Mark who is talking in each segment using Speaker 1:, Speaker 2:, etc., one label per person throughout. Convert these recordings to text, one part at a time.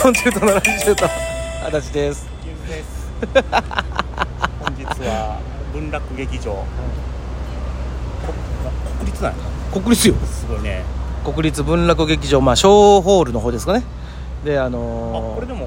Speaker 1: コンチェルトのラジシュート足立です
Speaker 2: ゆずです本日は文楽劇場、こ国立なんや
Speaker 1: 国立よ
Speaker 2: すごいね
Speaker 1: 国立文楽劇場まあ小ホールの方ですかねであ
Speaker 2: あ
Speaker 1: のー、
Speaker 2: これでも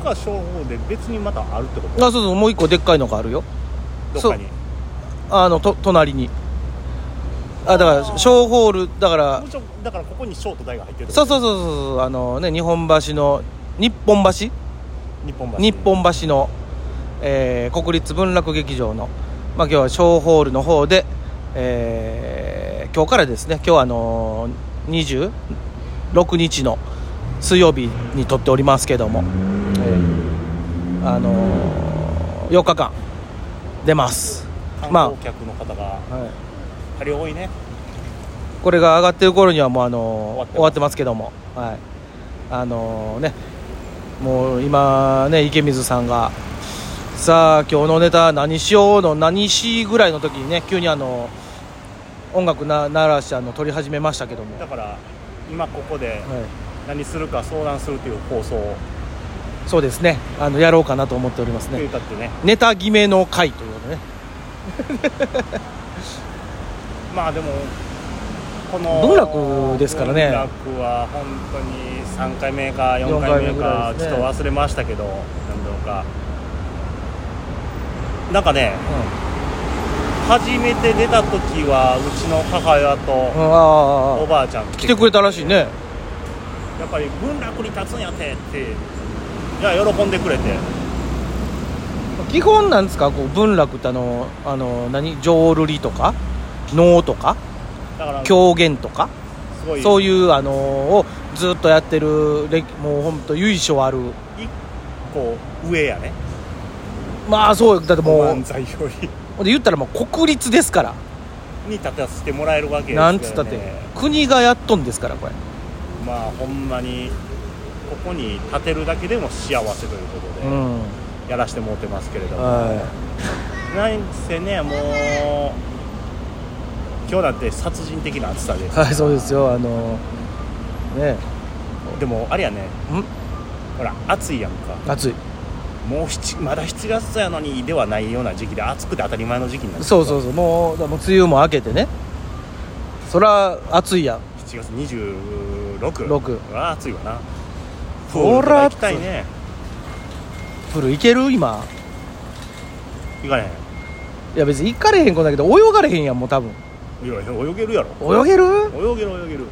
Speaker 2: 国家称号で別にまたあるってこ
Speaker 1: あそうそうもう一個でっかいのがあるよ
Speaker 2: とどっかに
Speaker 1: あのと隣にあだか
Speaker 2: あー
Speaker 1: ら小ホールだから
Speaker 2: もちろんだからここに小と大が入ってる
Speaker 1: そうそう
Speaker 2: う
Speaker 1: そうそうそうあのね日本橋の日本橋
Speaker 2: 日本橋
Speaker 1: 日本橋の、えー国立文楽劇場の、まあ、今日は小ホールの方で、えー今日からですね今日はあのー26日の水曜日に撮っておりますけども、えーあのー4日間出ます、
Speaker 2: 観
Speaker 1: ま
Speaker 2: 光客の方がや
Speaker 1: あはい
Speaker 2: はり多いね
Speaker 1: これが上がってる頃にはもうあのー終
Speaker 2: 終
Speaker 1: わ
Speaker 2: わ
Speaker 1: っ
Speaker 2: って
Speaker 1: ますけども、はい、あのーねもう今ね池水さんがさあ今日のネタ何しようの何しぐらいの時にね急にあの音楽な鳴らしてあの撮り始めましたけども、は
Speaker 2: だ
Speaker 1: い、
Speaker 2: から今ここで何するか相談するという放送を
Speaker 1: そうですねあのやろうかなと思っております
Speaker 2: とい
Speaker 1: ね
Speaker 2: うかってね
Speaker 1: ネタ決めの回ということでね
Speaker 2: まあでもこの
Speaker 1: 文楽ですからね
Speaker 2: 文楽は本当に3回目か4回
Speaker 1: 四回目
Speaker 2: 目
Speaker 1: ぐら
Speaker 2: か
Speaker 1: いで
Speaker 2: ち
Speaker 1: す
Speaker 2: ょ
Speaker 1: ね
Speaker 2: っと忘れましたけど何だろうかなんかね初めて出た時はうちの母親
Speaker 1: うん、
Speaker 2: と
Speaker 1: うんあ
Speaker 2: お
Speaker 1: あ
Speaker 2: ばあちゃん
Speaker 1: 来てくれたらしいね
Speaker 2: やっぱり文楽に立つんやってっていや喜んでくれて
Speaker 1: 基本なんですかこう文楽ってあのあの何浄瑠璃とか能とか
Speaker 2: だからす
Speaker 1: 狂言とか
Speaker 2: ごい
Speaker 1: そういうあのをずっとやってる歴もう本当由緒ある
Speaker 2: 一個上やね
Speaker 1: まあそうよだってもう
Speaker 2: 漫才より
Speaker 1: で言ったらもう国立ですから
Speaker 2: に立たせてもらえるわけですよ、ね、
Speaker 1: なんつったって国がやっとんですからこれ
Speaker 2: まあほんまにここに立てるだけでも幸せということ
Speaker 1: う
Speaker 2: で、
Speaker 1: ん
Speaker 2: やらしてもうてますけれども
Speaker 1: は
Speaker 2: なんせねもう今日なんて殺人的な暑さで
Speaker 1: い、はい、そうですよあのね
Speaker 2: でもあれやね
Speaker 1: ん
Speaker 2: ほら暑いやんか
Speaker 1: 暑い
Speaker 2: もう七まだ7月やのにではないような時期で暑くて当たり前の時期になって
Speaker 1: そうそううそうもうだからもう梅雨も明けてねそら暑いやん
Speaker 2: 7月26
Speaker 1: 六
Speaker 2: は暑いわなプ
Speaker 1: ほ
Speaker 2: ールとから行きたいね
Speaker 1: プール行ける今
Speaker 2: 行かれへん
Speaker 1: いや別に行かれへんこんだけど泳がれへんやんもう多分
Speaker 2: いや泳げるやろ
Speaker 1: 泳げる
Speaker 2: 泳げる泳げる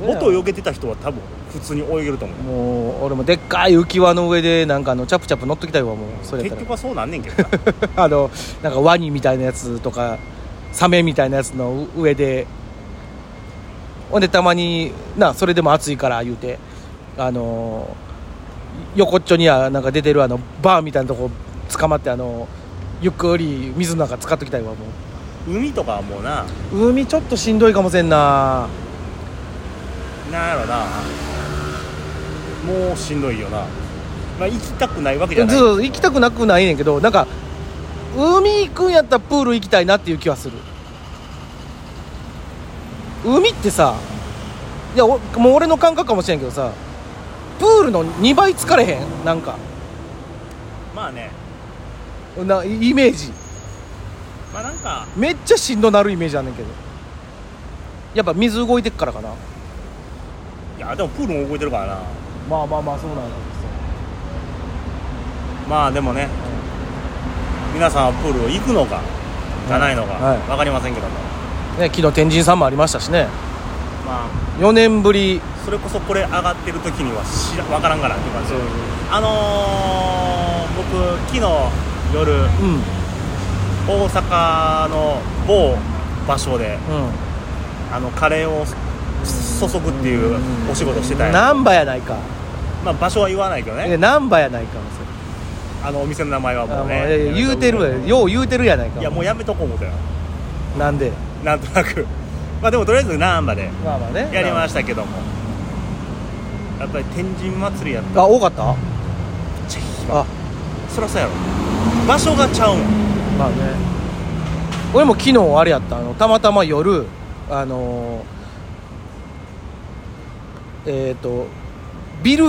Speaker 2: 元泳げてた人は多分普通に泳げると思う
Speaker 1: もう俺もでっかい浮き輪の上でなんかあのチャプチャプ乗っときたいわもうそれや
Speaker 2: 結
Speaker 1: ったら
Speaker 2: 局はそうなんねんけどな
Speaker 1: あのなんかワニみたいなやつとかサメみたいなやつの上でほんでたまになそれでも暑いから言うてあの横っちょにはなんか出てるあのバーみたいなとこ捕まってあのゆっくり水の中使っときたいわも
Speaker 2: 海とかはもうな
Speaker 1: う海ちょっとしんどいかもせんな
Speaker 2: なんやろなもうしんどいよな、まあ、行きたくないわけじ
Speaker 1: ず
Speaker 2: ゃ
Speaker 1: っ
Speaker 2: ない
Speaker 1: と行きたくなくないねんけどなんか海行くんやったらプール行きたいなっていう気はする海ってさいやおもう俺の感覚かもしれんけどさプールの2倍疲れへんなんか
Speaker 2: まあね
Speaker 1: なイメージ
Speaker 2: まあなんか
Speaker 1: めっちゃしんどなるイメージあんねんけどやっぱ水動いてっからかない
Speaker 2: やでもプールも動いてるからな
Speaker 1: まあまあまあそうなんだ
Speaker 2: まあでもね皆さんはプールを行くのか行かないのか、
Speaker 1: はい
Speaker 2: 分かりませんけども
Speaker 1: けどね昨日天神さんもありましたしね
Speaker 2: まあ
Speaker 1: 4年ぶり
Speaker 2: それこそこれ上がってる時には知ら分からんからっていう感じであのー、僕昨日夜
Speaker 1: うん
Speaker 2: 大阪の某場所で
Speaker 1: うん
Speaker 2: あのカレーを注ぐっていうお仕事してたんや
Speaker 1: 難波やないか
Speaker 2: まあ、場所は言わないけどね
Speaker 1: 難波やないかそれ
Speaker 2: あのお店の名前は
Speaker 1: あ
Speaker 2: も
Speaker 1: も
Speaker 2: う
Speaker 1: う
Speaker 2: ね
Speaker 1: え言うてるわよよう言うてるやないか
Speaker 2: いやもうやめとこう思ったよ
Speaker 1: なんで
Speaker 2: なんとなく まあでもとりあえず難波で
Speaker 1: まあまあね
Speaker 2: やりま
Speaker 1: し
Speaker 2: したけどもやっぱり天神祭りやっ
Speaker 1: あ多かった
Speaker 2: ちゃ暇
Speaker 1: あ
Speaker 2: そらそうやろ場所がちゃうん
Speaker 1: まあね俺も昨日あれやったあのたまたま夜あのーえっ、とビル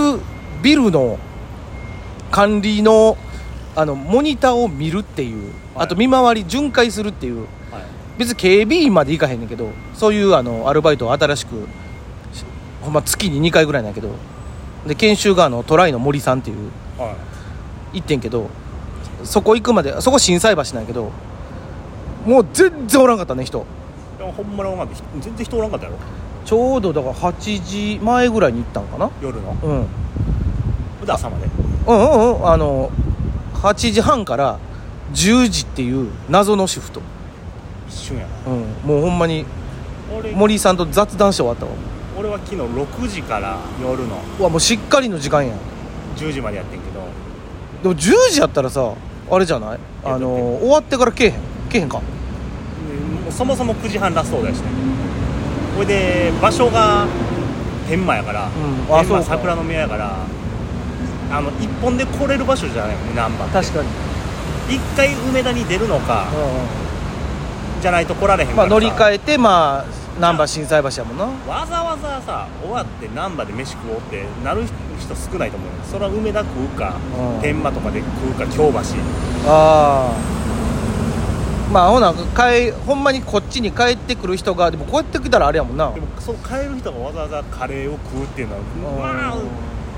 Speaker 1: ビルの管理のあのモニターを見るっていう、
Speaker 2: はい
Speaker 1: あと見回り巡回するっていう
Speaker 2: はい
Speaker 1: 別に警備員まで行かへんねんけどそういうあのアルバイトを新しくしほんま月に2回ぐらいなんやけどで研修があのトライの森さんっていう
Speaker 2: はい
Speaker 1: 行ってんけどそこ行くまでそこ心斎橋なんやけどもう全然おらんかったね人
Speaker 2: でもほんまにおらんかった人全然人おらんかったやろ
Speaker 1: ちょうどだから8時前ぐらいに行ったんかな
Speaker 2: 夜の
Speaker 1: うん
Speaker 2: で朝まで
Speaker 1: うんうんうんあの8時半から10時っていう謎のシフト、
Speaker 2: 一瞬やな
Speaker 1: うん、もうほんまに
Speaker 2: 俺
Speaker 1: 森井さんと雑談して終わったわ
Speaker 2: 俺は昨日6時から夜の
Speaker 1: うわもうしっかりの時間やん
Speaker 2: 10時までやってんけど
Speaker 1: でも10時やったらさあれじゃない
Speaker 2: や
Speaker 1: あの
Speaker 2: だ
Speaker 1: 終わってからけえへんけえへんか
Speaker 2: もうそもそも9時半ラストだしねこれで場所が天満やから、
Speaker 1: うんあ
Speaker 2: 天満
Speaker 1: そうか
Speaker 2: 桜の宮やからあの一本で来れる場所じゃないもん難波って
Speaker 1: かに、
Speaker 2: 一回梅田に出るのか
Speaker 1: う
Speaker 2: じゃないと来られへんから
Speaker 1: ん、ま
Speaker 2: さ
Speaker 1: あ乗り換えてまあ難波心斎橋やもんな
Speaker 2: わざわざさ終わって難波で飯食おうってなる人少ないと思うよそれは梅田食うか、
Speaker 1: うん
Speaker 2: 天満とかで食うか京橋
Speaker 1: ああまあほな帰ほんまにこっちに帰ってくる人がでもこうやって来たらあれやもんな
Speaker 2: でもそう帰る人がわざわざカレーを食うっていうのはまあ
Speaker 1: うん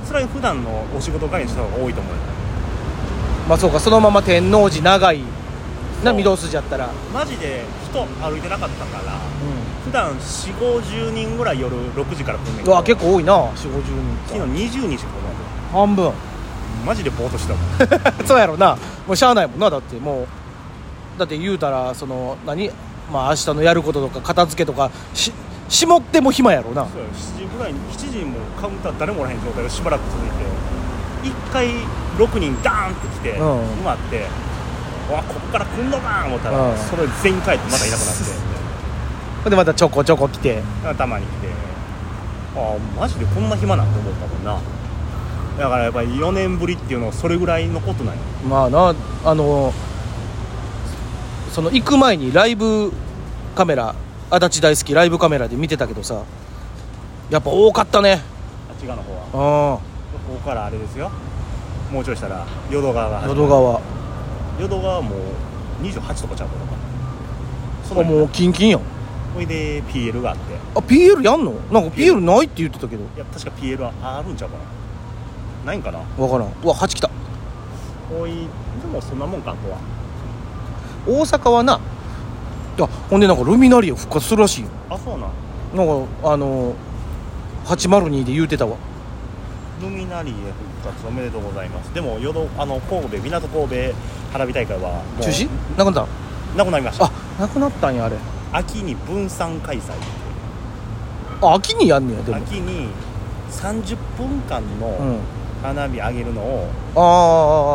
Speaker 2: それは普段のお仕事帰りの人が多いと思うよ
Speaker 1: まあそうかそのまま天王寺長いな
Speaker 2: そう
Speaker 1: 御堂筋やったら、
Speaker 2: マジで人歩いてなかったから普段4 5 0人ぐらい夜6時から来んねん
Speaker 1: うわ結
Speaker 2: 構
Speaker 1: 構多いな4 5 0人
Speaker 2: 昨日20人しか来ない
Speaker 1: 半分
Speaker 2: マジでぼーっとしてたもん
Speaker 1: そうやろなもうしゃあないもんなだってもうだって言うたらその何まあ明日のやることとか片付けとかししもっても暇やろな
Speaker 2: そうや7時ぐらいに7時にもうカウンター誰もおらへん状態がしばらく続いて1回6人ダーンって来て
Speaker 1: うん
Speaker 2: 埋まって、うわこっから来んのか思ったら、
Speaker 1: うん
Speaker 2: それ全員帰ってまたいなくなって
Speaker 1: でまたちょこちょこ来て
Speaker 2: たまに来てああマジでこんな暇なんて思ったもんなだからやっぱり4年ぶりっていうのはそれぐらいのことなんよ
Speaker 1: まあなあのその行く前にライブカメラ足立大好きライブカメラで見てたけどさやっぱ多かったね
Speaker 2: あっち側の方は
Speaker 1: うん
Speaker 2: こ
Speaker 1: 淀
Speaker 2: こからあれですよもうちょいしたら淀川が始まる
Speaker 1: 川
Speaker 2: 淀川はもう28とかちゃうかとかその
Speaker 1: あもうキンキンやん
Speaker 2: ほいで PL があって
Speaker 1: あ PL やんのなんか PL ないって言ってたけど
Speaker 2: いや確か PL はあるんちゃうかなないんかな
Speaker 1: わからんうわ8来た
Speaker 2: おいでもそんなもんかあとは
Speaker 1: 大阪はなあほんでなんかルミナリア復活するらしいよ
Speaker 2: あそうなん
Speaker 1: なんかあの802で言うてたわ
Speaker 2: ルミナリエ復活おめでとうございますでも淀あの神戸港神戸花火大会はもう
Speaker 1: 中止なくなっ
Speaker 2: なくなりましたた
Speaker 1: あなくなったんやあれ
Speaker 2: 秋に分散開催
Speaker 1: あ秋にやんねやでも
Speaker 2: 秋に30分間
Speaker 1: う
Speaker 2: の
Speaker 1: ん
Speaker 2: 花火上げるのを
Speaker 1: あ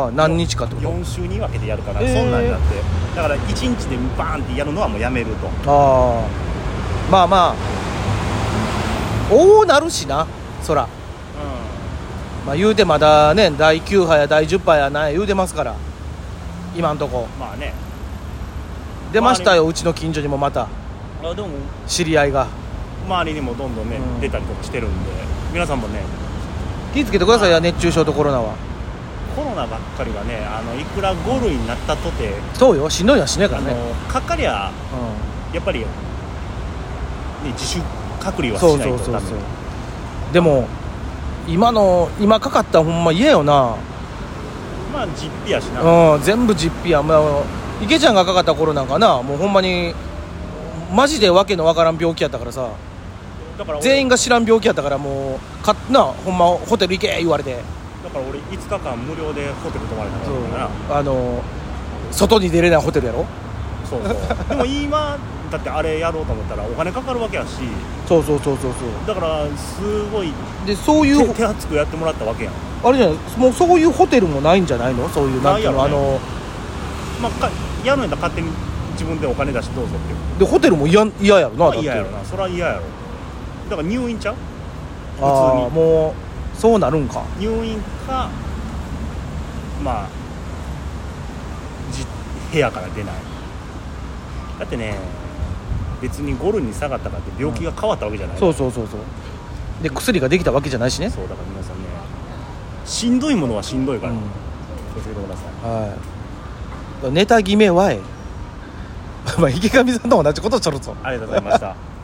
Speaker 1: あああ何日かってこと
Speaker 2: 4週に分けてやるから、
Speaker 1: えー
Speaker 2: そんなんになってだから1日でバーンってやるのはもうやめると
Speaker 1: ああまあまあおおなるしなそら、まあ、言うてまだね第9波や第10波やなんや言うてますから今んとこ
Speaker 2: まあね
Speaker 1: 出ましたようちの近所にもまた
Speaker 2: あでも
Speaker 1: 知り合いが
Speaker 2: 周りにもどんどんね、
Speaker 1: うん
Speaker 2: 出たりとかしてるんで皆さんもね
Speaker 1: 気ぃつけてくださいよ熱中症とコロナは
Speaker 2: コロナばっかりはねあのいくら5類になったとて、
Speaker 1: そうよしんどいのはしないか
Speaker 2: あ
Speaker 1: らね、
Speaker 2: のかかりゃやっぱり、ね、自主隔離
Speaker 1: うん、
Speaker 2: は
Speaker 1: そ
Speaker 2: し
Speaker 1: う
Speaker 2: ない
Speaker 1: そう
Speaker 2: と
Speaker 1: そう
Speaker 2: ダメ
Speaker 1: そうでも今の今かかったらほんま嫌よな
Speaker 2: まあ実費やしな、
Speaker 1: うん、全部実費や、まあ、池ちゃんがかかった頃なんかなもうほんまにマジでわけのわからん病気やったからさ
Speaker 2: だから俺
Speaker 1: 全員が知らん病気やったからもうかなほんまホテル行け言われて
Speaker 2: だから俺5日間無料でホテル泊まれたからな
Speaker 1: あの外に出れないホテルやろ
Speaker 2: そうそうでも今だってあれやろうと思ったらお金かかるわけやし
Speaker 1: そうそうそうそうそ
Speaker 2: だからすごいう
Speaker 1: でそういう
Speaker 2: 手手厚くやってもらったわけやん
Speaker 1: あれじゃないもうそういうホテルもないんじゃないのそういうなんていうの
Speaker 2: な
Speaker 1: あ
Speaker 2: いやろ
Speaker 1: の
Speaker 2: まあかやるんやったら勝手に自分でお金出してどうぞっていう
Speaker 1: でホテルも嫌嫌やろ
Speaker 2: ま
Speaker 1: なだ
Speaker 2: あ
Speaker 1: って
Speaker 2: 嫌やろなそれは嫌やろだから入院ちゃう普
Speaker 1: あー
Speaker 2: 通
Speaker 1: もうそうなるんか
Speaker 2: 入院かまあじ部屋から出ないだってね別に5類に下がったからって病気が変わったわけじゃない、
Speaker 1: そうそうそうそうで薬ができたわけじゃないしね
Speaker 2: そうだから皆さんねしんどいものはしんどいから、
Speaker 1: うん
Speaker 2: 気をつけてください
Speaker 1: はいネタ決めはえお前池上さんと同じことしとるぞ
Speaker 2: ありがとうございました